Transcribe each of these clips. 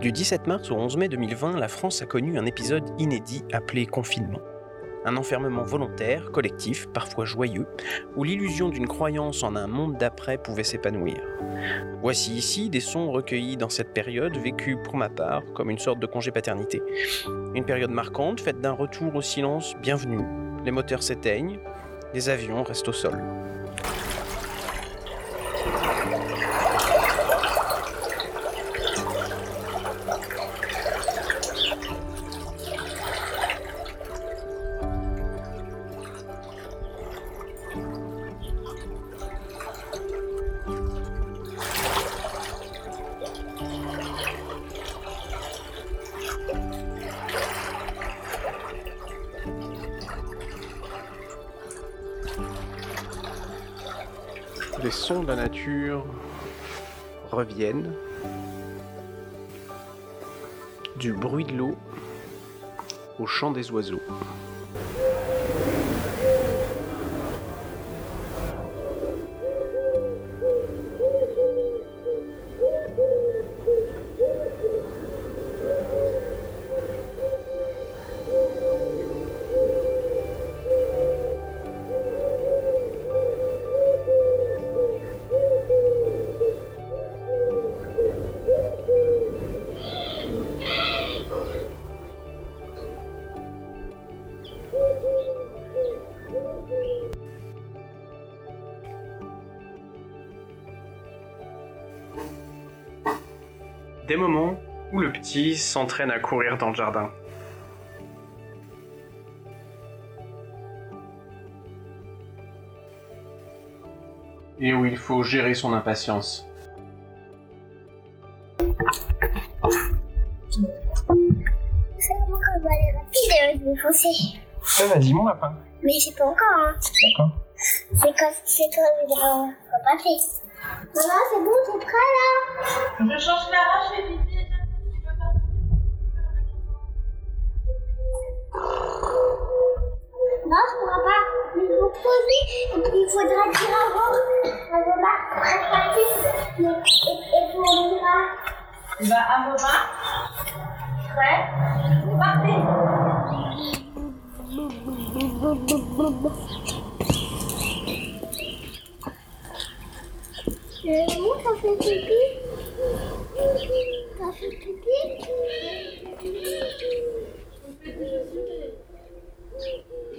Du 17 mars au 11 mai 2020, la France a connu un épisode inédit appelé confinement. Un enfermement volontaire, collectif, parfois joyeux, où l'illusion d'une croyance en un monde d'après pouvait s'épanouir. Voici ici des sons recueillis dans cette période, vécue pour ma part comme une sorte de congé paternité. Une période marquante, faite d'un retour au silence bienvenu. Les moteurs s'éteignent, les avions restent au sol. les sons de la nature reviennent, du bruit de l'eau au chant des oiseaux. Des moments où le petit s'entraîne à courir dans le jardin. Et où il faut gérer son impatience. Ça va encore bah, elle est rapide, je vais foncer. vas-y mon lapin. Mais c'est pas encore, hein. D'accord. C'est quand c'est quand je dirai, euh, faut pas faire. Maman, c'est bon, t'es prêt là Je change la roche et vite. Non, je pourrai pas. Mais vous poser, et puis il faudra dire avant. Avant ma préparatrice, mais- et, et puis on dira. Bah, à revoir. Prêt C'est parti. Euh, où t'as fait pipi T'as fait pipi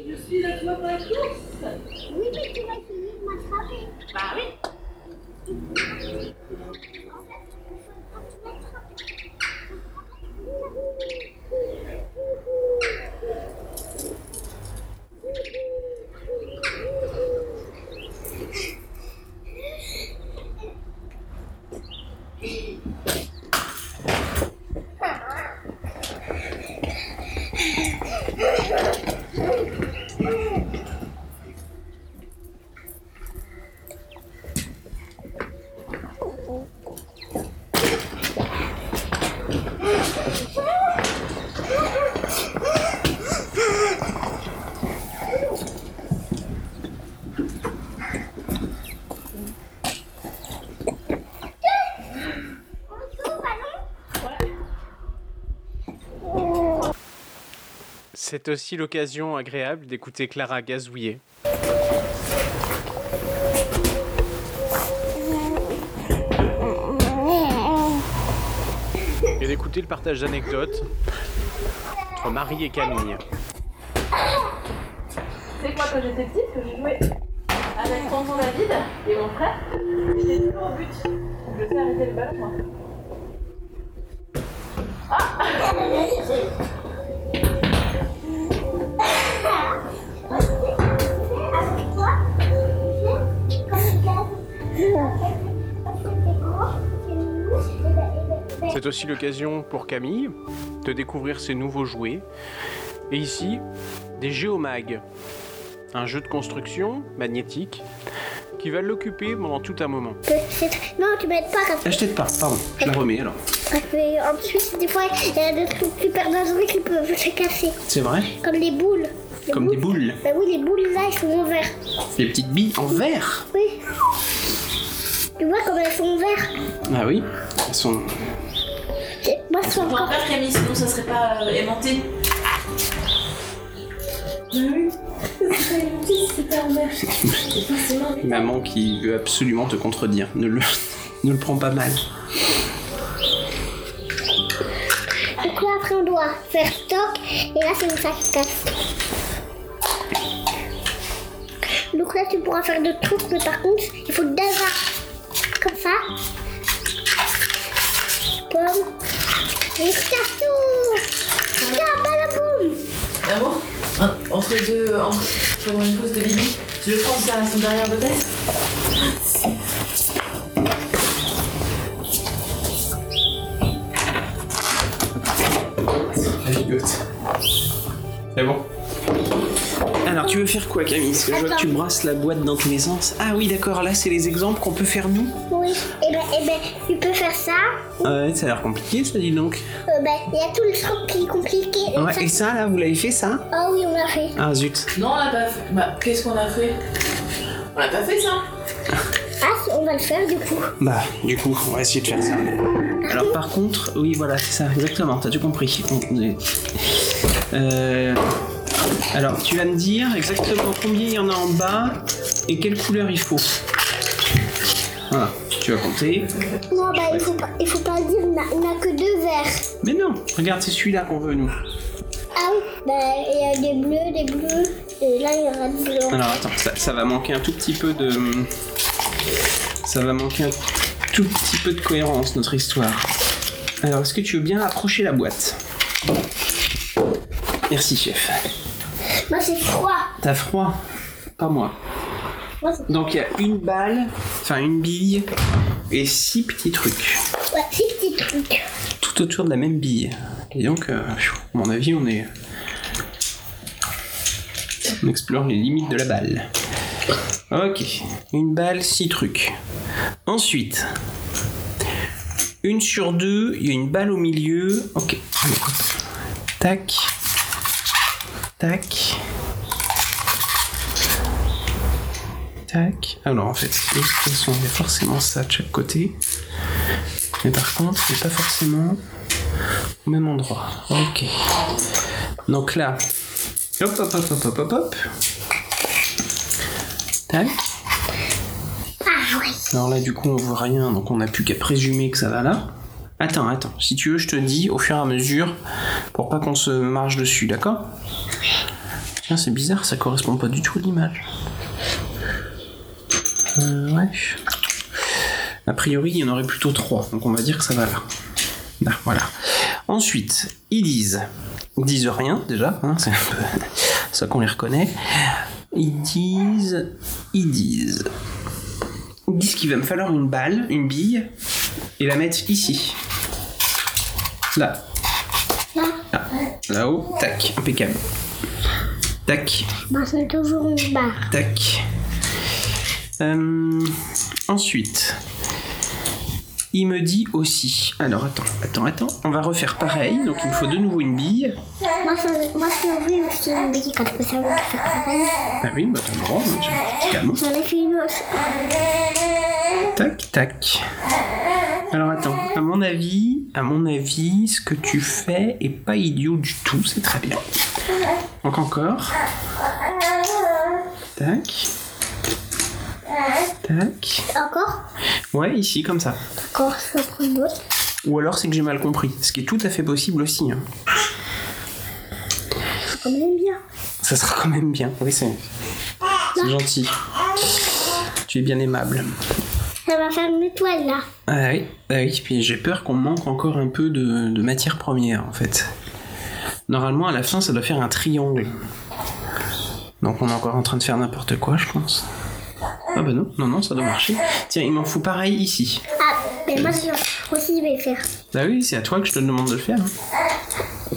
Je suis là, tu vois, pour la course. Oui, mais tu vas finir de m'attraper. Bah oui. C'est aussi l'occasion agréable d'écouter Clara gazouiller. Et d'écouter le partage d'anecdotes entre Marie et Camille. C'est quoi, quand j'étais petite, que j'ai joué avec tonton David et mon frère J'étais toujours au but. Je sais arrêter le ballon, moi. Avec toi, tu sais, comme une case. Parce que t'es grand, t'es mou, et ben- et ben- et ben- C'est aussi l'occasion pour Camille de découvrir ses nouveaux jouets. Et ici, des géomags. Un jeu de construction magnétique qui va l'occuper pendant tout un moment. C'est tr- Non, tu m'aides pas comme ça. Achetez de part, pardon, je la remets alors. Parce que ensuite, des fois, il y a des trucs super dangereux qui peuvent se casser. C'est vrai Comme les boules. Les Comme des boules. Bah oui, les boules là, elles sont en verre. Des petites billes en verre Oui. Tu vois comme elles sont en verre Ah oui Elles sont. Moi, je suis Faut en encore. faire Camille, sinon ça serait pas euh, aimanté. Oui. C'est une petite super mère. Forcément. Maman qui veut absolument te contredire. Ne le, ne le prends pas mal. Du coup, après, on doit faire toc. Et là, c'est une casse. Donc là, tu pourras faire d'autres trucs, mais par contre, il faut déjà comme ça. Pomme. Et carton boum D'amour Hein, Entre deux, en- sur une pause de Bibi. Tu le prends ça à son derrière de tête La gigote. C'est bon alors, tu veux faire quoi, Camille Parce que je vois que tu brasses la boîte dans tous les sens. Ah oui, d'accord, là, c'est les exemples qu'on peut faire nous. Oui, et ben, et ben, tu peux faire ça. Ah ouais, ça a l'air compliqué, ça, dis donc. Euh, ben, il y a tout le truc qui est compliqué. Et ça- Ouais, et ça, là, vous l'avez fait, ça Ah oui, on l'a fait. Ah, zut. Non, on l'a pas fait. Bah, qu'est-ce qu'on a fait On l'a pas fait ça Ah, si, on va le faire du coup. Bah, du coup, on va essayer de faire ça. Alors, par contre, oui, voilà, c'est ça, exactement, t'as tout compris. On est- Euh, Alors, tu vas me dire exactement combien il y en a en bas et quelle couleur il faut. Voilà, tu vas compter. Non, bah, il faut pas, il faut pas dire, on a, on a que deux verres. Mais non, regarde, c'est celui-là qu'on veut, nous. Ah oui, bah, il y a des bleus, des bleus, et là, il y aura des blancs. Alors, attends, ça, ça va manquer un tout petit peu de. Ça va manquer un tout petit peu de cohérence, notre histoire. Alors, est-ce que tu veux bien approcher la boîte Merci, chef. Moi, c'est froid. T'as froid Pas moi. Moi, c'est. Donc il y a une balle, enfin une bille et six petits trucs Ouais, c'est petit truc. tout autour de la même bille. Et donc, euh, pfiou, à mon avis, on est. On explore les limites de la balle. Ok, une balle, six trucs. Ensuite, une sur deux, il y a une balle au milieu. Ok, tac, tac, tac. Alors en fait, de toute façon, il y a forcément ça de chaque côté. Mais par contre, c'est pas forcément au même endroit. Ok. Donc là, hop, hop, hop, hop, hop, hop, hop. Tac. Ah oui. Alors là, du coup, on voit rien, donc on n'a plus qu'à présumer que ça va là. Attends, attends. Si tu veux, je te dis au fur et à mesure pour pas qu'on se marche dessus, d'accord Tiens, c'est bizarre, ça correspond pas du tout à l'image. Euh, ouais. A priori, il y en aurait plutôt trois, donc on va dire que ça va là. Là, voilà. Ensuite, ils disent. Ils disent rien, déjà, hein, c'est un peu ça qu'on les reconnaît. Ils disent. Ils disent. Ils disent qu'il va me falloir une balle, une bille, et la mettre ici. Là. Là, Là. Là-haut. Tac. Impeccable. Tac. moi, c'est toujours une barre. Tac. Euh, ensuite, il me dit aussi. Alors attends, attends, attends. On va refaire pareil. Donc il me faut de nouveau une bille. Moi, c'est moi, c'est horrible aussi, une bille, hein. quand on peut savoir faire pareil. Ah oui, bah t'as le droit, hein, tiens, calme. J'en ai fait une autre. Tac, tac. Alors attends, à mon avis, à mon avis, ce que tu fais est pas idiot du tout. C'est très bien. Donc encore. Tac. Tac. Encore Ouais, ici, comme ça. Encore, je vais prendre une autre. Ou alors c'est que j'ai mal compris, ce qui est tout à fait possible aussi. hein. C'est quand même bien. Ça sera quand même bien. Oui, c'est c'est gentil. Tu es bien aimable. Ça va faire une étoile, là. Ah oui, ah oui. Puis j'ai peur qu'on manque encore un peu de, de matière première en fait. Normalement, à la fin, ça doit faire un triangle. Donc on est encore en train de faire n'importe quoi, je pense. Ah bah non, non, non, ça doit marcher. Tiens, il m'en faut pareil ici. Ah, mais moi, je, aussi, je vais faire. Bah oui, c'est à toi que je te demande de le faire. hein.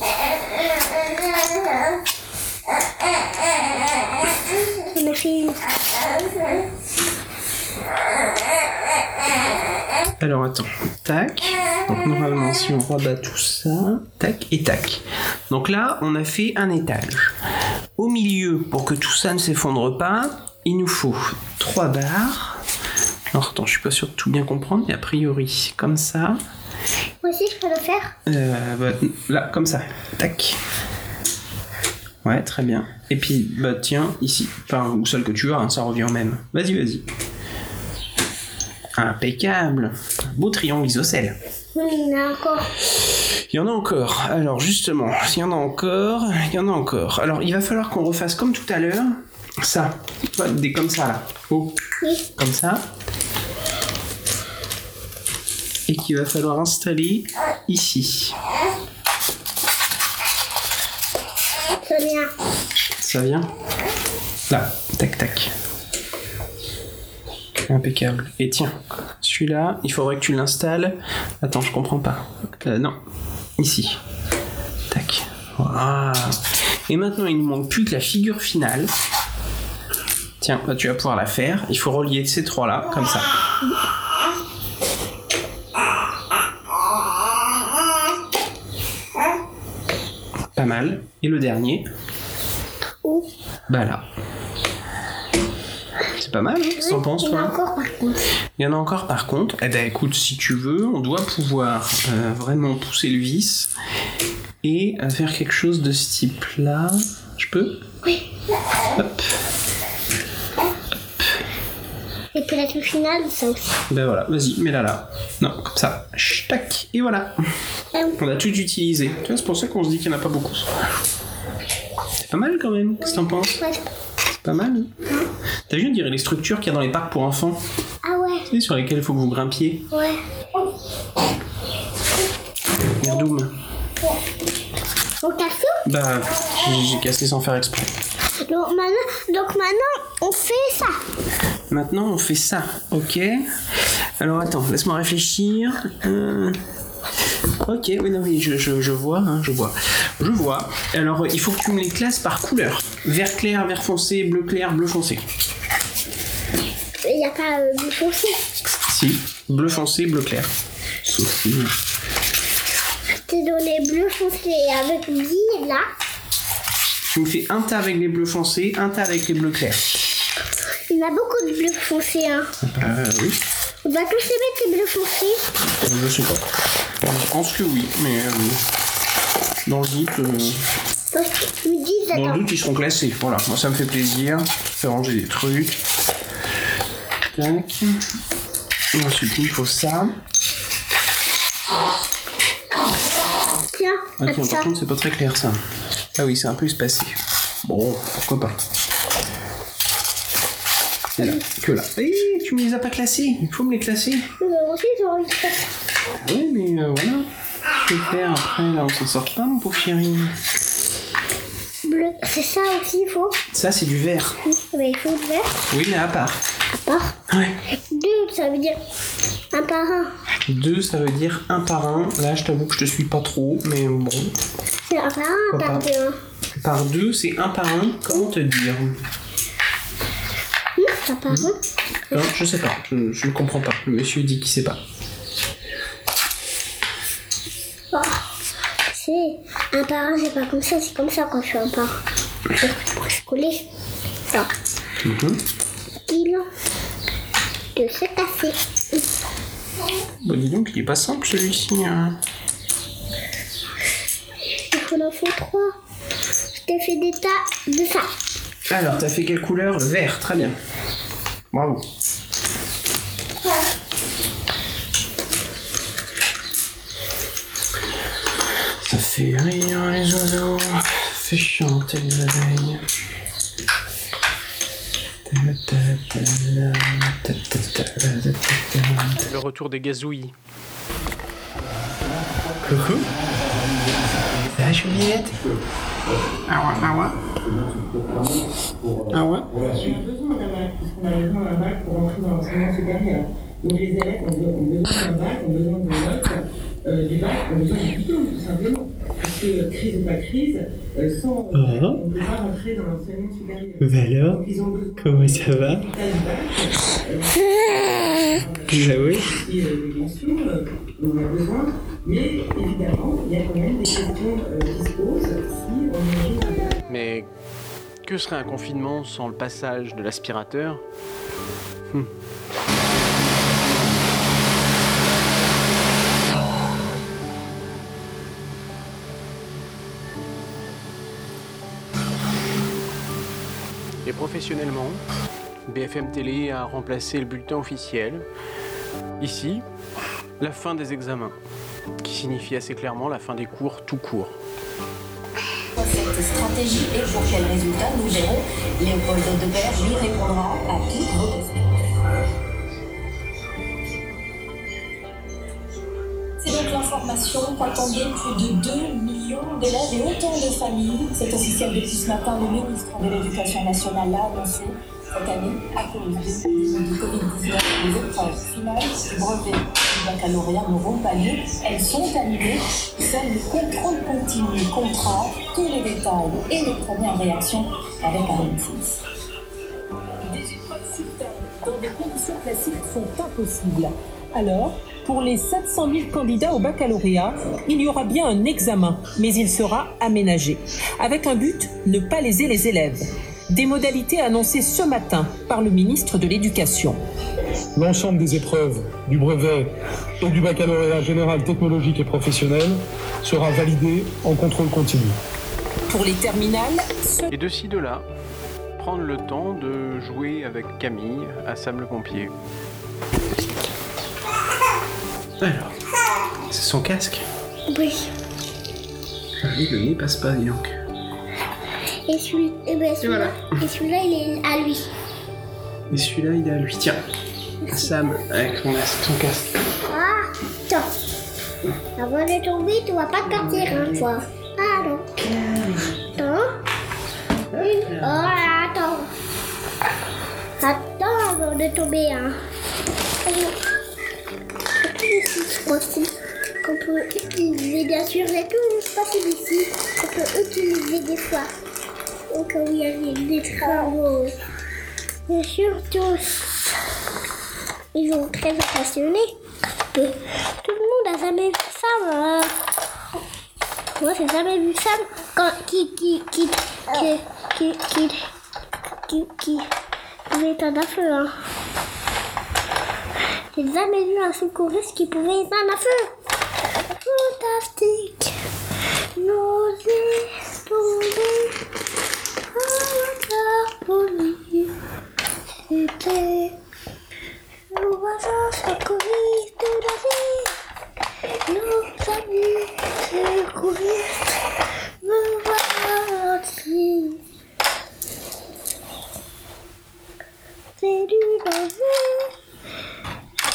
J'en ai fait une. Alors attends, tac. Donc normalement si on rabat tout ça, tac et tac. Donc là on a fait un étage. Au milieu, pour que tout ça ne s'effondre pas, il nous faut trois barres. Alors attends, je suis pas sûr de tout bien comprendre, mais a priori comme ça. Oui, aussi, je peux le faire Euh, bah, là, comme ça. Tac. Ouais, très bien. Et puis, bah tiens, ici. Enfin, ou celle que tu as, hein, ça revient au même. Vas-y, vas-y. Impeccable. Un beau triangle isocèle. Oui, mais il y en a encore. Il y en a encore. Alors justement, il y en a encore, il y en a encore. Alors il va falloir qu'on refasse comme tout à l'heure. Ça, Pas des comme ça là. Oh, Oui. comme ça. Et qu'il va falloir installer ici. Sonia. Ça vient Là, tac tac. Impeccable. Et tiens, celui-là, il faudrait que tu l'installes. Attends, je comprends pas. Euh, non, ici. Tac. Voilà. Et maintenant, il ne manque plus que la figure finale. Tiens, bah, tu vas pouvoir la faire. Il faut relier ces trois-là, comme ça. Pas mal. Et le dernier, Où bah là. C'est pas mal, hein Qu'est-ce que t'en penses, Il y en a toi encore, par contre. Il y en a encore, par contre. Eh ben, écoute, si tu veux, on doit pouvoir euh, vraiment pousser le vis et euh, faire quelque chose de ce type-là. Je peux Oui. Hop. Et puis la truc finale, ça aussi. Ben voilà, vas-y, mets-la là. Non, comme ça. Chut, Tac, et voilà. Ah oui. On a tout utilisé. Tu vois, c'est pour ça qu'on se dit qu'il n'y en a pas beaucoup. C'est pas mal, quand même. Qu'est-ce que t'en penses Ouais. C'est pas mal. hein T'as vu, on dirait les structures qu'il y a dans les parcs pour enfants, Ah ouais. tu sais, sur lesquelles il faut que vous grimpiez. Ouais. Merdoum. On casse tout Bah, j'ai- j'ai cassé sans faire exprès. donc maintenant, donc maintenant, on fait ça. Maintenant, on fait ça, ok Alors, attends, laisse-moi réfléchir. Euh, Ok, oui, non, oui, je, je- je vois, hein, je vois. Je vois. Alors, euh, il faut que tu me les classes par couleur. Vert clair, vert foncé, bleu clair, bleu foncé. Il n'y a pas euh, du foncé. Si. Bleu foncé, bleu clair. Sophie. T'es dans les bleus foncé et avec lui, là, Tu me fais un tas avec les bleus foncés, un tas avec les bleus clairs. il y en a beaucoup de bleus foncés. Hein. Euh, oui. On va tous les mettre les bleus foncés. Je sais pas. Je pense que oui, mais euh, dans le doute. euh, Parce qu'ils me disent, Dans le attends, doute, ils seront classés. Voilà, moi ça me fait plaisir. Faire ranger des trucs. Tac. Et ensuite, il faut ça. tiens, Attends, attends. par contre, c'est pas très clair ça. Ah oui, c'est un peu espacé. Bon, pourquoi pas. Et là, que là. Eh, tu me les as pas classés. Il faut me les classer. Nous Euh, aussi, j'ai envie de faire ça. Oui, mais euh, voilà. Que faire après Là, on s'en sort pas, mon pauvre chéri. Bleu, c'est ça aussi, il faut. Ça, c'est du vert. Oui, mais il faut le vert. Oui, mais à part. À part Ouais. deux, ça veut dire un par un. Deux, ça veut dire un par un. Là, je t'avoue que je te suis pas trop, mais bon. C'est un par un, un par Pourquoi deux. hein. Par deux, c'est un par un. Comment te dire Hum, Un par un. Hein, Je sais pas, je ne comprends pas. Le monsieur dit qu'il sait pas. Oh, c'est un par un, c'est pas comme ça, c'est comme ça quand je suis un par. Je collé. Alors, Mhm. il de se casser. Bah dis donc, il est pas simple celui-ci. hein. Il faut en faire trois. Je t'ai fait des tas de ça. Alors, t'as fait quelle couleur Le vert, très bien. Bravo. Ça fait rire les oiseaux, ça fait chanter les abeilles. Le retour des gazouilles. Coucou. Ça va, Juliette Ah ouais, ah ouais. Ah ouais. On a besoin d'un bac, parce qu'on a besoin d'un bac pour rentrer dans l'enseignement supérieur. Donc les élèves ont be- ont besoin d'un bac, ont besoin de notes, euh, du bac, ont besoin du diplôme tout simplement. Parce que euh, crise ou pas crise, euh, sans euh, Ah. on ne peut pas rentrer dans l'enseignement supérieur. Bah alors, Donc ils ont besoin comment ça va du bac, Bah oui. et euh, des mentions, euh, on a besoin. Mais évidemment, il y a quand même des questions euh, qui se posent si on est Mais que serait un confinement sans le passage de l'aspirateur Hmm. professionnellement. BFM Télé a remplacé le bulletin officiel. Ici, la fin des examens, qui signifie assez clairement la fin des cours tout court. Cette stratégie et pour quel résultat nous gérons Léopold Debert lui répondra à toutes vos questions. C'est donc l'information qu'attendaient plus de 2 millions d'élèves et autant de familles. C'est officiel depuis ce matin, le ministre de l'Éducation nationale l'a annoncé cette année à cause du Covid-19. Les épreuves finales du brevet du baccalauréat n'auront pas lieu. Elles sont annulées. Seul le contrôle continu comptera que les détails et les premières réactions avec un fils. Des épreuves sur terre dans des conditions classiques sont impossibles. Alors, pour les 700 000 candidats au baccalauréat, il y aura bien un examen, mais il sera aménagé. Avec un but, ne pas léser les élèves des modalités annoncées ce matin par le ministre de l'Éducation. L'ensemble des épreuves du brevet et du baccalauréat général technologique et professionnel sera validé en contrôle continu. Pour les terminales, ce... Et de ci, de là, prendre le temps de jouer avec Camille à Sam le Pompier. Alors, c'est son casque Oui. Oui, le nez passe pas, dis donc. Et celui- eh ben, celui-là, et celui-là, il est à lui. Et celui-là, il est à lui. Tiens, Sam, avec son, son casque. Ah, attends. Avant de tomber, tu vas pas te partir, hein, toi. Ah, non. Attends. Une- Oh, attends. Attends avant de tomber, hein. Je pense qu'on peut utiliser, bien sûr, j'ai tout le passé d'ici. On peut utiliser des fois. Au cas où il y avait des travaux. Et surtout, ils sont très impressionnés. Tout le monde a jamais vu ça. Moi, moi j'ai jamais vu ça. Quand, qui, qui, qui, qui, qui, qui, qui, qui, pouvait éteindre un feu. Hein. J'ai jamais vu un secouriste qui pouvait éteindre un feu. Fantastique. Nos tombés à Ah, la police. C'était nous voisons secourir de la vie. Nos amis secouristes me voilà ainsi. C'est du danger.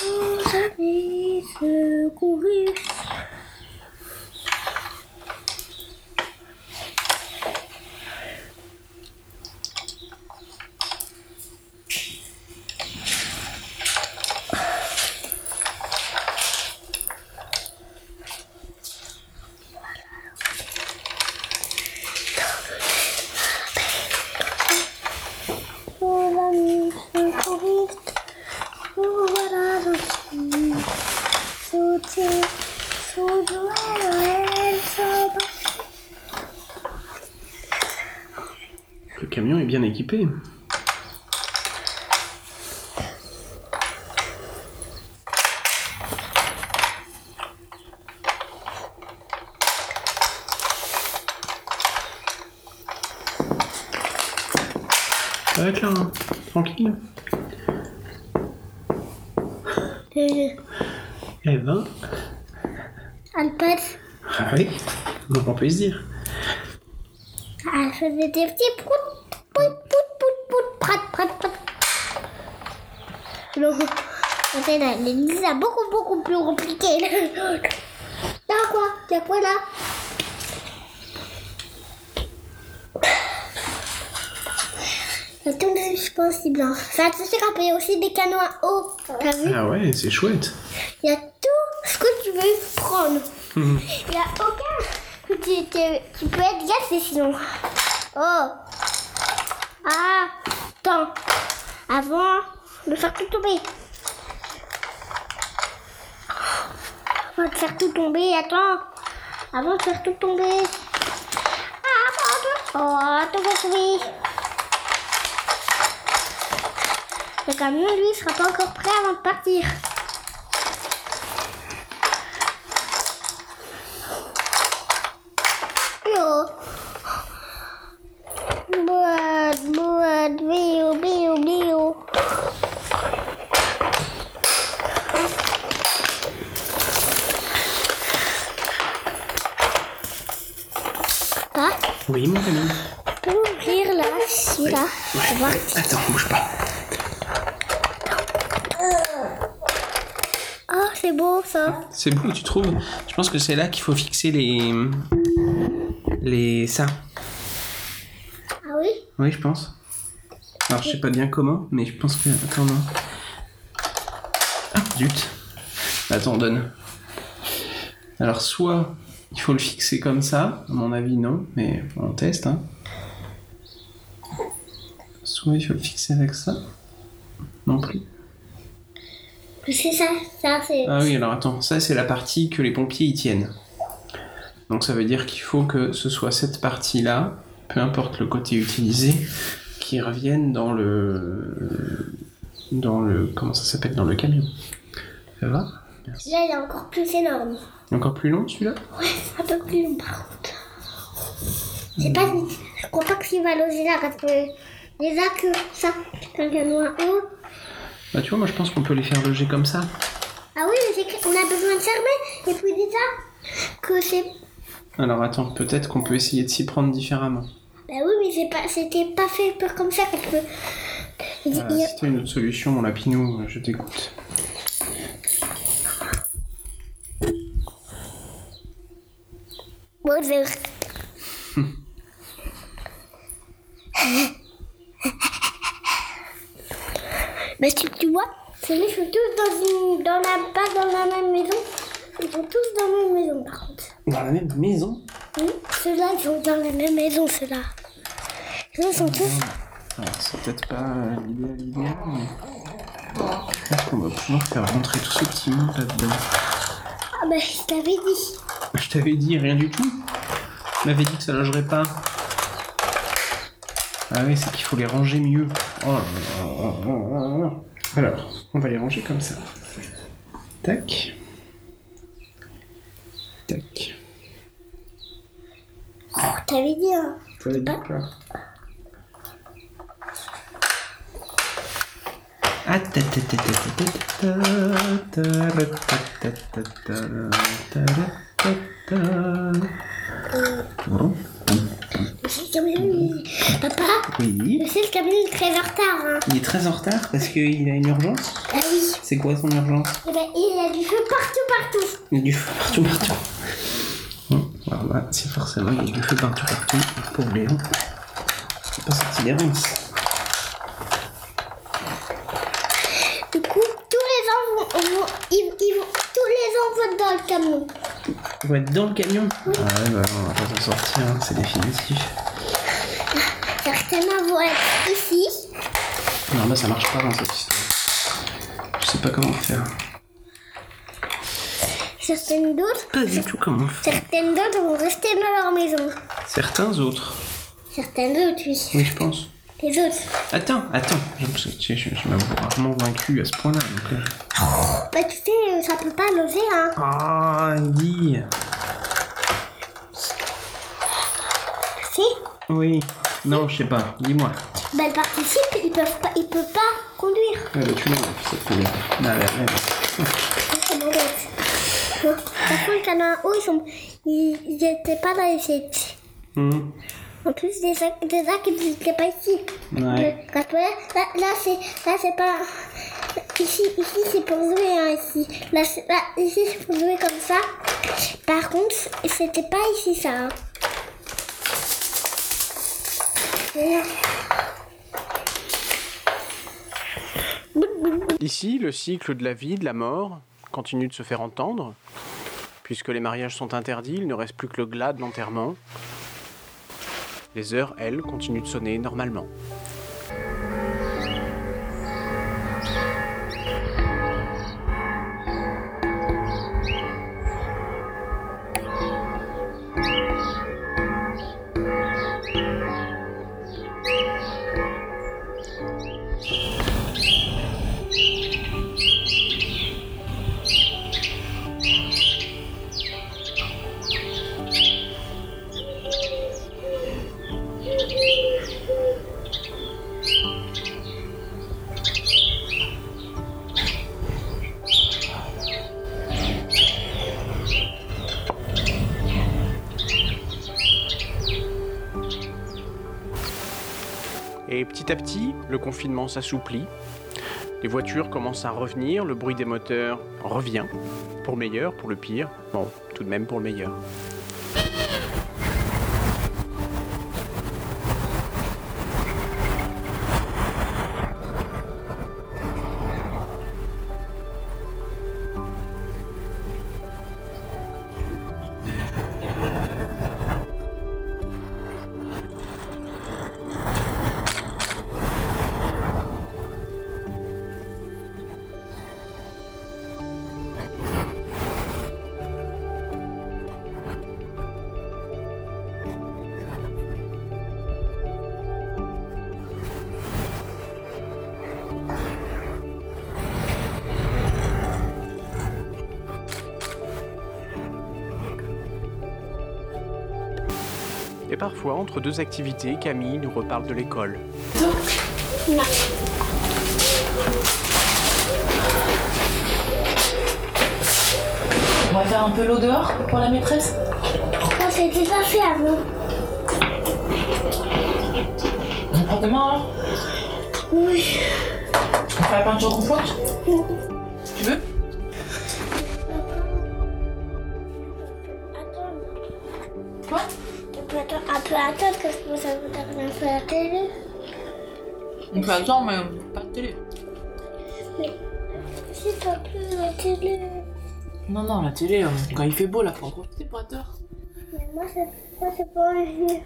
Nos amis secouristes. Nos amis secouristes me voilà ainsi. Sauter sous Noël, ça va. Le camion est bien équipé. Ça va être là, hein. tranquille. Euh, Eh ben, Alpette, ah oui, donc on peut se dire. Ah, elle faisait des petits prout, prout, prout, prout, prout, prat, prat, prat. Le groupe, l'Élise a beaucoup, beaucoup plus compliqué. Y'a quoi Y'a quoi là Y'a tout de suspensible. hein. Ça te fait rappeler aussi des canons à eau. T'as vu Ah ouais, c'est chouette. il y a tout ce que tu veux prendre. Il n'y a aucun. Tu, tu- tu peux être gâté sinon. Oh. Ah. Attends. Avant de faire tout tomber. Avant de faire tout tomber, attends. Avant de faire tout tomber. Ah, attends, attends. Oh, tout va tomber. Le camion, lui, sera pas encore prêt avant de partir. Yo. Buat, buat, buat. Oui, mon ami. Je peux ouvrir là, celui-là. pour voir. Attends, bouge pas. Oh, c'est beau ça. C'est beau, tu trouves Je pense que c'est là qu'il faut fixer les. Les. ça. Ah oui Oui, je pense. Alors, je sais pas bien comment, mais je pense que. Attends, non. Ah, zut. Attends, donne. Alors, soit il faut le fixer comme ça, à mon avis, non, mais on teste. Hein. Soit il faut le fixer avec ça. Non plus. C'est ça, ça c'est. Ah oui, alors attends, ça c'est la partie que les pompiers y tiennent. Donc ça veut dire qu'il faut que ce soit cette partie-là, peu importe le côté utilisé, qui revienne dans le. dans le. comment ça s'appelle Dans le camion. Ça va Celui-là il est encore plus énorme. Encore plus long celui-là Un peu plus long par contre. C'est pas. Je crois pas que s'il va loger là parce que. Déjà que ça, quand il y en a un. Bah tu vois, moi je pense qu'on peut les faire loger comme ça. Ah oui, mais c'est que- on a besoin de fermer. Et puis déjà que c'est. Alors attends, peut-être qu'on peut essayer de s'y prendre différemment. Bah oui, mais c'est pas, c'était pas fait pour comme ça parce que. Il, Voilà, il- Euh, si t'as une autre solution, mon lapinou, je t'écoute. Bonjour. Mais tu, tu vois, ceux-là, ils sont tous dans une, dans la, pas dans la même maison. Ils sont tous dans la même maison, par contre. Dans la même maison Oui, Ceux-là, ils sont dans la même maison, ceux-là. Ceux-là, ils sont tous... Alors c'est peut-être pas euh, l'idéal idéal, mais... Je pense qu'on va pouvoir faire rentrer tout ce petit monde là-dedans. Ah bah, je t'avais dit. Je t'avais dit rien du tout. Tu m'avais dit que ça logerait pas. Ah oui, c'est qu'il faut les ranger mieux. Oh, là là là là là. Alors, on va les ranger comme ça. Tac. Tac. Je t'avais dit, hein. Faut les mettre là. Ah, ta, ta, ta, ta, ta, ta, ta, ta, ta, ta, ta, ta, ta, ta, ta, ta. Bon, C'est le camion, il- Papa, oui. je sais, le camion, il est très en retard, hein. Il est très en retard parce qu'il a une urgence. Ah oui. C'est quoi son urgence Et ben, il y a du feu partout, partout. Il y a du feu partout, partout. Bon, alors là, c'est forcément, il y a du feu partout, partout. Pour Léon, c'est pas sorti d'avance. Du coup, tous les gens vont, vont- ils, ils vont- tous les gens vont dans le camion. On va être dans le camion Ah ouais, bah on va pas s'en sortir, hein, c'est définitif. Certainement vont être ici. Non, là, ça marche pas dans cette histoire. Je sais pas comment faire. Certaines d'autres, Pas du tout comment faire. certaines d'autres vont rester dans leur maison. Certains autres. Certaines d'autres, oui. Oui, je pense. Les autres. Attends, attends. Je, je, je, je m'avoue rarement vaincu à ce point-là. donc, euh. Bah, tu sais, ça peut pas loger, hein. Ah, Andy Si, Oui. Non, je sais pas. Dis-moi. bah, ils participent, ils peuvent pas, ils peuvent pas conduire. Ah bah tu l'as, cette poubelle. Ah, ouais, ouais. C'est bon, donc. Non. Par contre, il y en a un où ils sont, ils, ils étaient pas dans les sites. Hum, En plus, des sacs, des sacs, ils étaient pas ici. Ouais. Le- parce que là, là, là, c'est, là, c'est pas. Ici, ici, c'est pour jouer, hein, ici. Là, c'est- là, ici, c'est pour jouer comme ça. Par contre, c'était pas ici, ça. hein. Et là, Ici, le cycle de la vie, de la mort, continue de se faire entendre. Puisque les mariages sont interdits, il ne reste plus que le glas de l'enterrement. Les heures, elles, continuent de sonner normalement. Petit à petit, le confinement s'assouplit. Les voitures commencent à revenir, le bruit des moteurs revient. Pour le meilleur, pour le pire. Bon, tout de même pour le meilleur. Et parfois, entre deux activités, Camille nous reparle de l'école. On va faire un peu l'eau dehors pour la maîtresse On s'était pas fait hein, avant. On prend demain alors Oui. On fait la peinture qu'on flotte Tu veux Attends. Quoi On peut attendre, on peut attendre que je commence à vous taper un peu la télé. On peut attendre, mais pas de télé. S'il te plaît, la télé. Non, non, la télé, euh, quand il fait beau, là, faut en profiter pour être dehors. Mais moi, c'est, moi, c'est pas envie.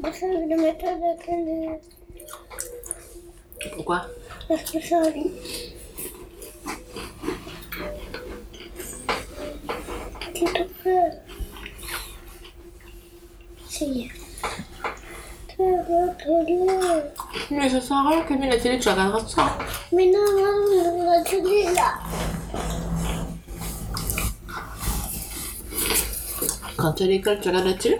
Moi, j'ai envie de mettre la télé. Pourquoi Parce que j'ai envie. S'il te plaît. Si. Tu veux te lire. Mais ça sert à rien, Camille, la télé, tu la regarderas tout ça. Mais non, non, non, la télé là. Quand tu es à l'école, tu regardes la télé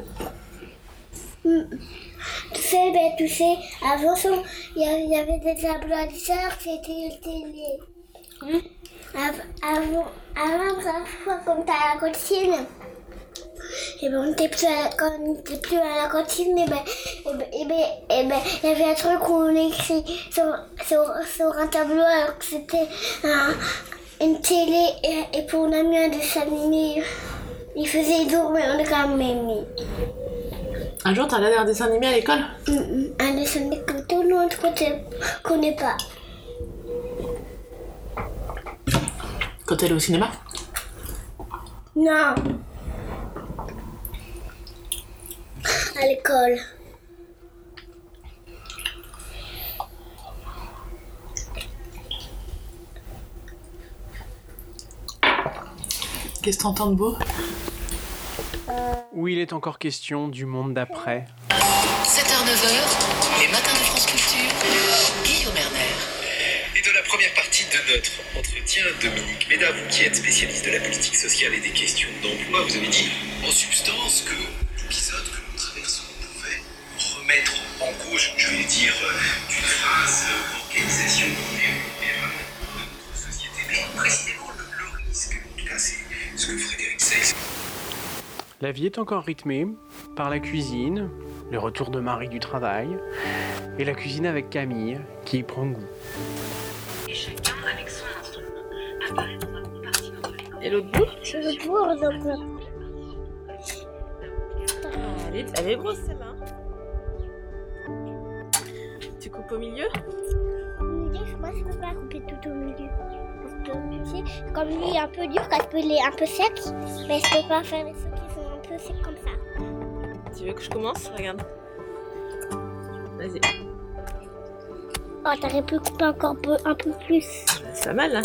Tu sais, ben, tu sais, avant, son- il y avait- il y avait des applaudisseurs, c'était une télé. Av- Avant, avant, parfois, quand t'es à la cantine, et ben, on était plus à la, quand on était plus à la cantine, et ben, et ben, et ben, et ben, il y avait un truc où on écrit sur, sur, sur un tableau alors que c'était un- une télé, et, et puis on a mis un dessin animé. Il faisait dur, mais on l'a quand même mis. Un jour, t'as regardé un dessin animé à l'école Mm, Un dessin animé que tout le monde connaît, connaît pas. Quand t'es allé au cinéma Non. À l'école. Qu'est-ce que t'entends de beau Où il est encore question du monde d'après. 7h-9h, les matins de France Culture, Guillaume Erner. Et de la première partie de notre entretien, Dominique Méda, vous qui êtes spécialiste de la politique sociale et des questions d'emploi, vous avez dit en substance que l'épisode que nous traversons pouvait remettre en cause, je vais dire, euh, d'une phrase euh, l'organisation néo-libérale de notre société, mais précisément le, le risque, en tout cas c'est ce que Frédéric Seyss La vie est encore rythmée par la cuisine, le retour de Marie du travail, et la cuisine avec Camille qui y prend goût. Et l'autre bout Je veux boire donc. elle est, elle est grosse celle-là. Tu coupes au milieu Au milieu, je pense qu'on va couper tout au milieu. Parce que au milieu, comme lui est un peu dur, quand il est un peu sec, mais je peux pas faire les ceux qui sont un peu secs comme ça. Tu veux que je commence Regarde. Vas-y. Oh, t'aurais pu couper encore un peu, un peu plus. C'est pas mal là.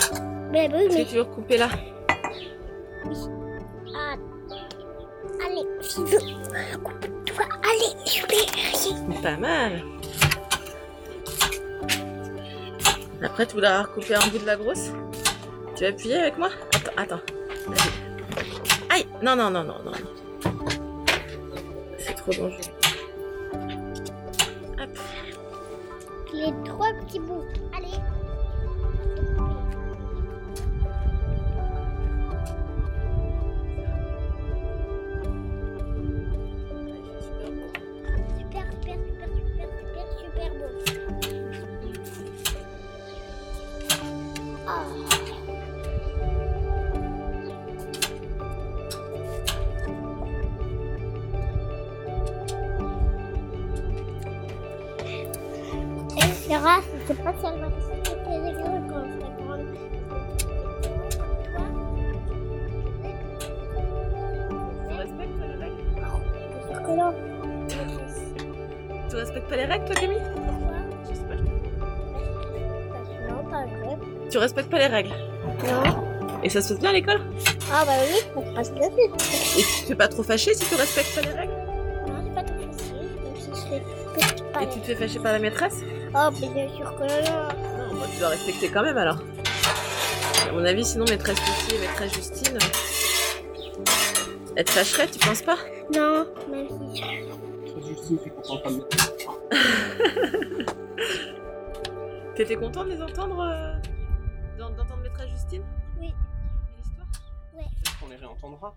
Mais oui, Est-ce mais. que tu veux recouper là Ah. Allez, ciseaux. Coupe-toi. Allez, je vais essayer. Pas mal. Après, tu voudras recouper un bout de la grosse. Tu vas appuyer avec moi Attends, attends. Vas-y. Aïe Non, non, non, non, non. C'est trop dangereux. Hop. Les trois petits bouts. Allez. l'air beau. Ah. Et Sarah, je sais pas si elle va rester toutes les écoles quand elle sera grande. Tu respectes les règles C'est sûr que non. Tu respectes pas les règles, toi, Camille Je sais pas. Non, pas vrai. Tu respectes pas les règles Non. Et ça se passe bien à l'école Ah bah oui, ça se passe bien. Et tu t'es pas trop fâché si tu respectes pas les règles Non, c'est pas trop facile, même si je fais peut-être pas Et tu te fais fâcher par la maîtresse Oh, mais bien sûr que non. Non, bah, tu dois respecter quand même alors. À mon avis, sinon, maîtresse Lucie et maîtresse Justine, elles te fâcheraient, tu penses pas Non, même si je T'étais content de les entendre euh, d'en- D'entendre maîtresse Justine Oui. L'histoire Ouais. Peut-être qu'on les réentendra.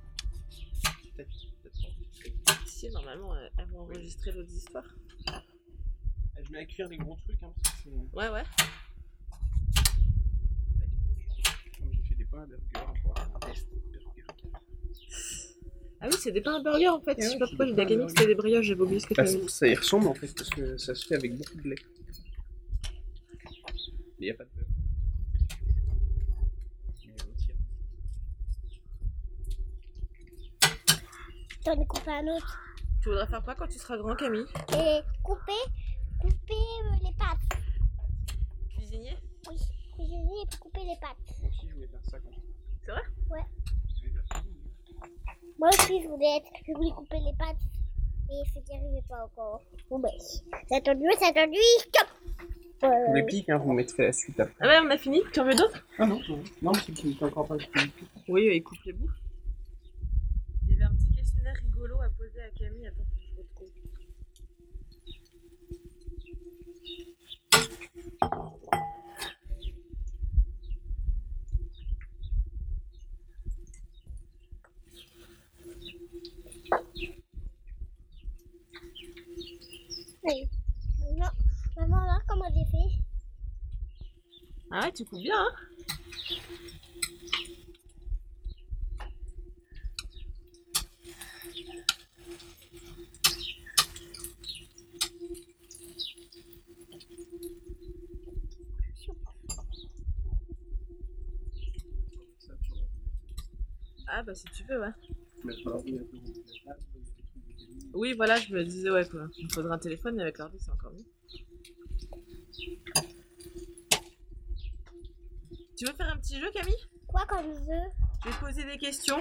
Peut-être. peut-être. Si, normalement, euh, elles vont enregistrer d'autres histoires. Je vais cuire les gros trucs, hein, parce que c'est- Ouais, ouais. comme j'ai fait des pains à burger, on pourra faire un test burger. Ah oui, c'est des pains à burger en fait. Ah je ouais, sais pas c'est pourquoi des j'ai pains à gagné que burger. c'était des brioches, j'avais oublié ce que tu Bah, avais ça- dit. ça y ressemble en fait, parce que ça se fait avec beaucoup de lait. Mais y a pas de beurre. Tu mets un petit- t'en ai coupé un autre. Tu voudras faire quoi quand tu seras grand, Camille Et couper, couper euh, les pattes. Cuisinier Oui, cuisiner et puis couper les pattes. Moi aussi, je voulais faire ça quand j'étais C'est vrai Moi aussi, je voulais être, je voulais couper les pattes. Mais c'est n'y arrivais pas encore. Bon ben, c'est attendu, c'est attendu, stop Tous Euh, les pics, hein, vous mettrez la suite après. Ah ouais, on a fini Tu en veux d'autres Ah non, non, non, parce que tu n'es encore pas Oui, il coupe les bouts. Il y avait un petit questionnaire rigolo à poser à Camille. Attends, faut que je retrouve. oui. Non, maman, là, comment j'ai fait Ah ouais, tu coupes bien, hein Ah bah si tu veux, ouais. Oui, voilà, je me disais, ouais, quoi. Il me faudrait un téléphone, mais avec l'ordi, c'est encore mieux. Tu veux faire un petit jeu, Camille Quoi comme jeu Je vais te poser des questions.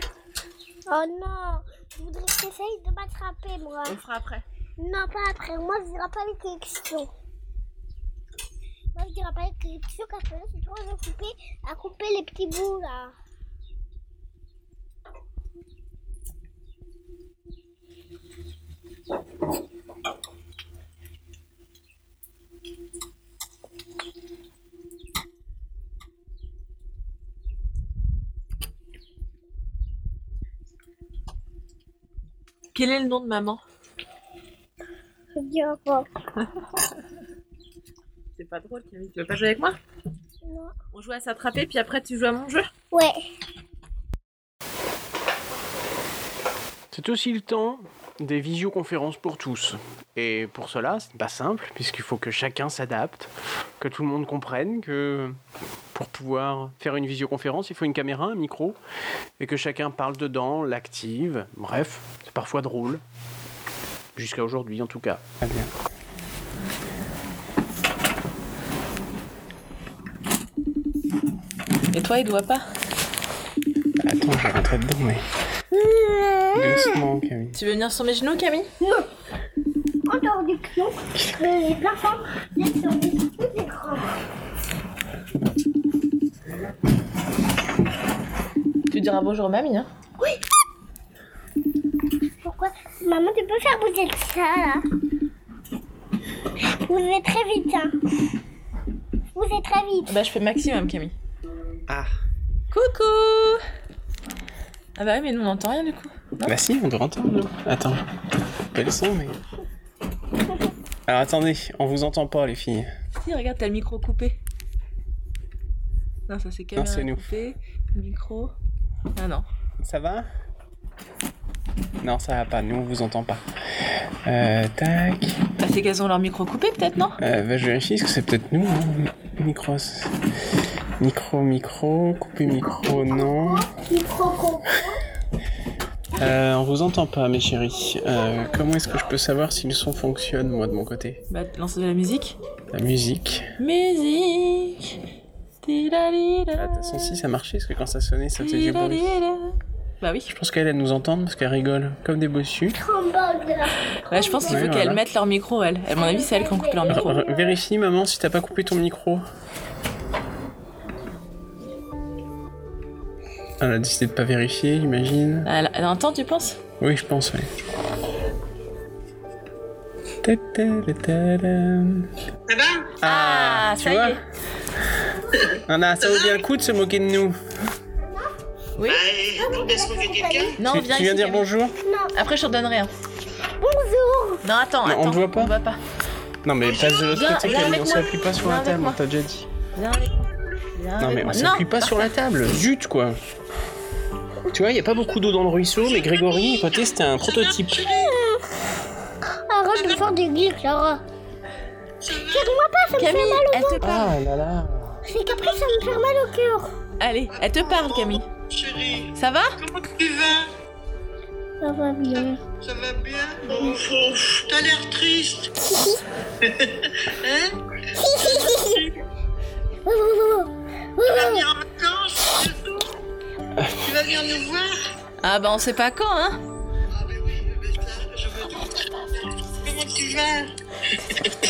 Oh non, je voudrais que t'essayes de m'attraper, moi. On le fera après. Non, pas après. Moi, je dirai pas les questions. Moi, je dirai pas les questions parce que là, c'est trop à couper, à couper les petits bouts, là. Quel est le nom de maman Je dis encore. C'est pas drôle, Camille. Tu veux pas jouer avec moi Non. On joue à s'attraper, puis après tu joues à mon jeu Ouais. C'est aussi le temps des visioconférences pour tous. Et pour cela, c'est pas simple, puisqu'il faut que chacun s'adapte, que tout le monde comprenne que pour pouvoir faire une visioconférence, il faut une caméra, un micro, et que chacun parle dedans, l'active. Bref, c'est parfois drôle. Jusqu'à aujourd'hui, en tout cas. Et toi, il doit pas Attends, je vais rentrer dedans, mais. Doucement, Camille. Tu veux venir sur mes genoux, Camille Introduction. Euh, les plafonds, les sur les petits écrans. Tu diras bonjour, mamie. Hein Pourquoi Maman, tu peux faire bouger ça, là Vous êtes très vite, hein. Vous êtes très vite. bah, je fais maximum, Camille. Ah, Coucou Ah bah oui, mais nous, on n'entend rien du Ah coup. bah si, on doit entendre. Attends, bel son, mais. Alors attendez, on vous entend pas les filles. Si, regarde, t'as le micro coupé. Non, ça c'est caméra c'est nous. coupée, micro. Ah non. Ça va Non, ça va pas, nous on vous entend pas. Euh, tac. Bah, c'est qu'elles ont leur micro coupé peut-être, non Euh, bah, je vérifie, est-ce que c'est peut-être nous hein Micro. Micro, micro, couper micro, non. Euh, on vous entend pas, mes chéris. Euh, comment est-ce que je peux savoir si le son fonctionne, moi, de mon côté Bah, lance de la musique. La musique. Musique Tidalida. Ah, De toute façon, si ça marchait, parce que quand ça sonnait, ça faisait du bruit. Tidalida. Bah oui. Je pense qu'elle, elle nous entend parce qu'elle rigole, comme des bossus. Ouais, je pense qu'il Ouais, faut Ah voilà. qu'elles mettent leur micro, elles. À mon avis, c'est elles qui ont coupé leur micro. R- r- Vérifie, maman, si t'as pas coupé ton micro. Elle a décidé de pas vérifier, j'imagine. Elle, elle entend, tu penses Oui, je pense, oui. Ta-ta-la-ta-la. Ça va Ah, tu ça vois y est. Anna, ça vaut bien le coup de se moquer de nous. Oui Non, Tu- viens tu viens ici, dire Camille. bonjour Après, je te redonnerai un. Bonjour Non, attends, Non, on attends. te voit pas On va pas. Non, mais passe de l'autre Viens- côté, viens Camille, avec on moi. s'appuie pas sur Viens la avec table, moi. on t'a déjà dit. Viens avec moi. Viens Non, avec mais on moi. s'appuie pas sur la table, zut quoi. Tu vois, il y a pas beaucoup d'eau dans le ruisseau, mais Grégory, côté, c'était un prototype. Arrête de faire des glyphes, Lara. Tire-moi pas, ça me Camille, fait mal elle au te parle. Ah là là. C'est qu'après, ça me fait mal au cœur. Allez, elle te parle, Camille. Ça va Comment tu hein vas Ça va bien. Ça va bien Bon, faut- T'as l'air triste. hein Oh, oh, oh, Tu vas oh. venir en vacances bientôt Tu vas venir nous voir Ah bah on sait pas quand, hein Comment tu vas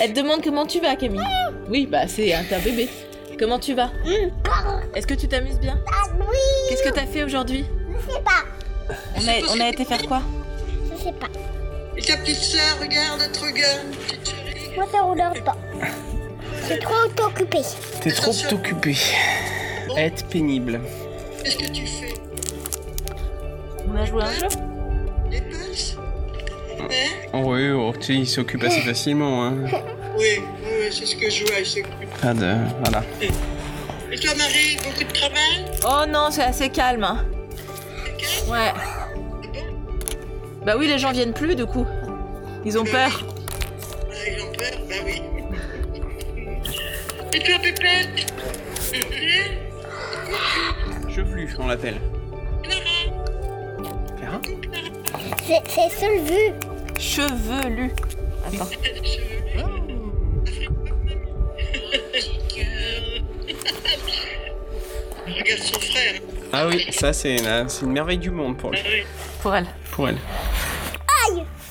Elle te demande comment tu vas, Camille. Oui, bah c'est un ta bébé. Comment tu vas Est-ce que tu t'amuses bien Oui, Qu'est-ce que t'as fait aujourd'hui je sais pas. on a, on a été faire quoi Je sais pas. Et ta petite sœur, regarde, elle te regarde. Petite chérie. Moi, ça regarde pas. C'est trop occupé. T'es trop occupé. À être pénible. Qu'est-ce que tu fais On a joué à un jeu Les passes Hein Oui, oh, tu sais, il s'occupe assez facilement, hein. Oui, oui, c'est ce que je vois. c'est- Pas de. Voilà. Et toi, Marie, beaucoup de travail Oh non, c'est assez calme. hein. Ouais. Bah oui, les gens viennent plus du coup. Ils ont peur. Ah, ils ont peur, bah oui. Et toi, Pépette Hein Chevelu, on l'appelle. Clara C'est c'est seul vu. Chevelu. Attends. Regarde son frère. Ah oui, ça, c'est la- c'est une merveille du monde pour, lui- Pour elle. pour elle.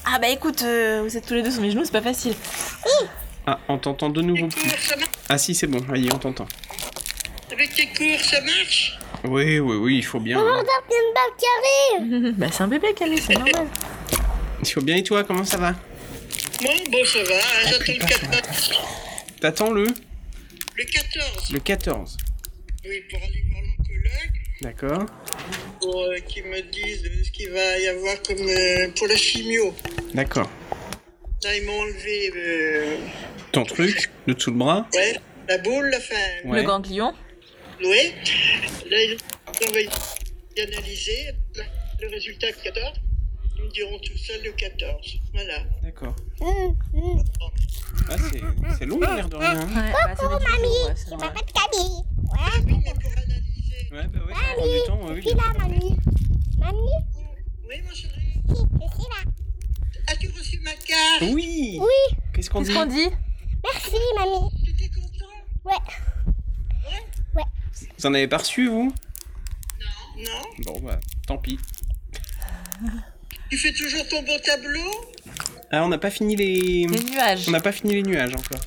Ah bah écoute, euh, vous êtes tous les deux sur mes genoux, c'est pas facile. Ah, on t'entend de nouveau plus. Ça marche Ah si, c'est bon, allez, on t'entend. Avec tes cours, ça marche Ah. Oui, oui, oui, il faut bien. hein. Regarde, il y a une balle qui arrive. bah c'est un bébé, Camille, c'est normal. Il faut bien, et toi, comment ça va Bon, bon, ça va. hein, J'attends le 14. T'attends le Le 14 Le 14. Oui, pour aller voir l'oncologue, D'accord. pour euh, qu'il me dise euh, ce qu'il va y avoir comme euh, pour la chimio. D'accord. Là, ils m'ont enlevé euh, Ton truc, le dessous le bras ouais, la boule, la fin. Ouais. Le ganglion. Oui. Là, ils ont envoyé analyser là, le résultat le 14. Ils me diront tout ça le 14. Voilà. D'accord. Ah, c'est- c'est long, l'air de rien. hein. Ouais, bah, ça fait du bien, ouais, c'est normal. Pas de Camille. Ah Oui, mais pour analyser. Ouais, bah oui, ça prend du temps, oui. Je suis là, mamie. Mamie, Oui, mon chéri. je suis là. As-tu reçu ma carte Oui Oui. Qu'est-ce qu'on dit Qu'est-ce qu'on dit Merci, mamie. T'étais content Ouais. Vous en avez pas reçu, vous Non Bon, bah, tant pis. Tu fais toujours ton bon tableau Ah, on n'a pas fini les... Les nuages. On n'a pas fini les nuages encore.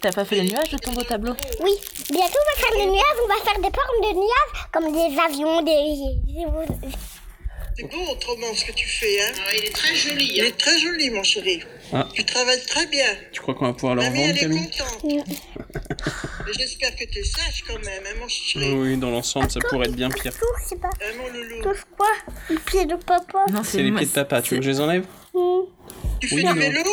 T'as pas fait les nuages de ton beau tableau Oui. Bientôt, on va faire des nuages. On va faire des formes de nuages comme des avions, des. C'est beau autrement ce que tu fais, hein Il est très joli. Il est très joli, mon chéri. Ah. Tu travailles très bien. Tu crois qu'on va pouvoir leur Mamie, vendre, elle est Camille contente. Oui. Mais J'espère que tu es sage quand même, hein, mon chéri. Oui, dans l'ensemble, ça pourrait être bien pire. Toujours, je sais pas. Hein, mon loulou. Touche quoi Le pied de papa. Non, C'est les pieds de papa, tu veux que je les enlève Tu fais Oui, du non. vélo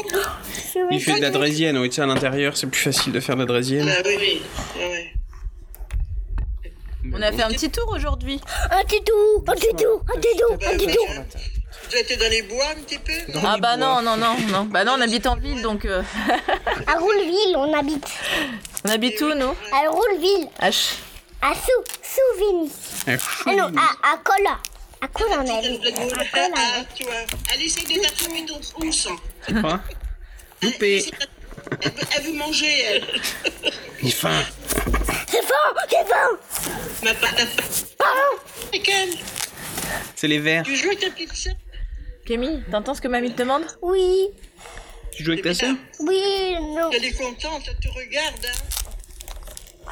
Il fait de la draisienne, oui, tu sais, à l'intérieur, c'est plus facile de faire de la draisienne. Ah oui, oui. On a fait un petit tour aujourd'hui. Un petit tour, un petit tour, un petit tour, un petit tour. Vous étiez dans les bois un petit peu ah bah non, non, non, non. Bah non, on habite en ville, donc... euh, À Rouleville, on habite. on habite où, nous À Rouleville, H. à Sou, Souvigny. Ah non, à, à Cola. À Cola, on habite. À Cola. ah, hein. Tu vois, elle essaie de t'attraper dans ton sang. Hein Loupé Elle veut, elle veut manger, elle. Il est fin C'est bon, c'est bon. Ma pa- ta pa- Pardon. Et qu'elle C'est les verts. Tu joues avec ta petite sœur Camille, t'entends ce que mamie te demande Oui, Tu joues avec ta sœur oui, non. Elle est contente, elle te regarde. Hein.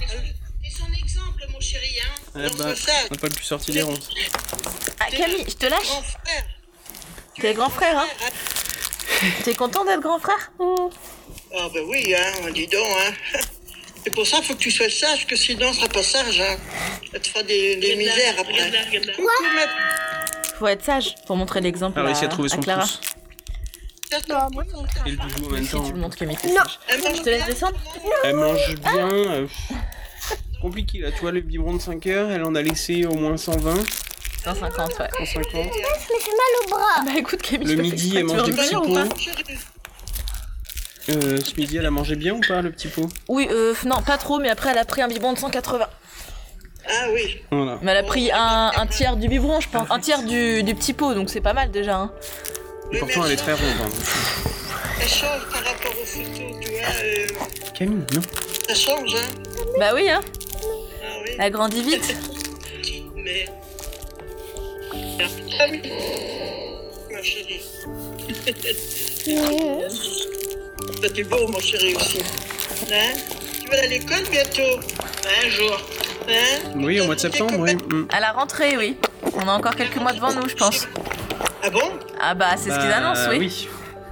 C'est son exemple, mon chéri. Hein. Eh Dans bah, ce sac. on n'a pas pu sortir les ronces. Ah, Camille, je te lâche Grand frère. T'es grand frère, hein T'es content d'être grand frère Ah ben oui, hein, dis donc, hein. C'est pour ça qu'il faut que tu sois sage, que sinon ce sera pas sage, hein. Ça te fera des, des misères après. Coucou, ma Faut être sage pour montrer l'exemple Ah, à, réussi à trouver son Clara. pouce. petite moi, Et le doudou en même Si temps. hein. tu le montres, Camille, t'es Non, sage. Je te laisse descendre Elle mange bien. euh, c'est Compliqué là, tu vois le biberon de 5 heures, elle en a laissé au moins 120, 150, ouais. 150. Je me fais mal au bras. Bah écoute, Camille, je Le te fais midi, exprès, elle tu mange veux des petits revenir ou pots. pas chérie. Euh, ce midi, elle a mangé bien ou pas le petit pot Oui, euh, non, pas trop, mais après, elle a pris un biberon de 180. Ah oui. Voilà. Mais elle a pris un, un tiers du biberon, je pense. Un tiers du, du petit pot, donc c'est pas mal déjà. Hein. Et pourtant, elle est très ronde. hein. Ça change par rapport aux photos, tu vois. euh, Camille, non ça change, hein. Bah oui, hein. Ah oui. Elle grandit vite. Petite mère. Ah oui. Ma chérie. Bah, T'es beau, mon chéri aussi. Hein Tu vas aller à l'école bientôt Un jour. Hein Oui, au mois de septembre, oui. Mm. À la rentrée, oui. On a encore quelques mois devant nous, je pense. Ah bon Ah bah, c'est ce qu'ils Bah, annoncent, oui. oui.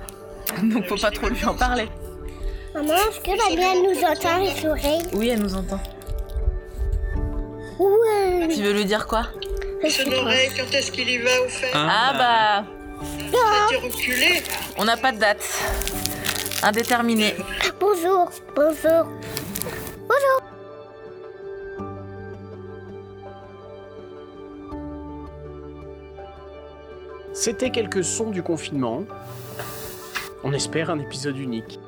Donc faut pas trop lui en parler. Maman, est-ce que la mienne nous entend les oreilles Oui, elle nous entend. Ouais. Tu veux lui dire quoi Je sais Son pas. oreille, quand est-ce qu'il y va au fait Ah bah, Ça t'est reculé on n'a pas de date. Indéterminée. Bonjour, bonjour. C'était quelques sons du confinement. On espère un épisode unique.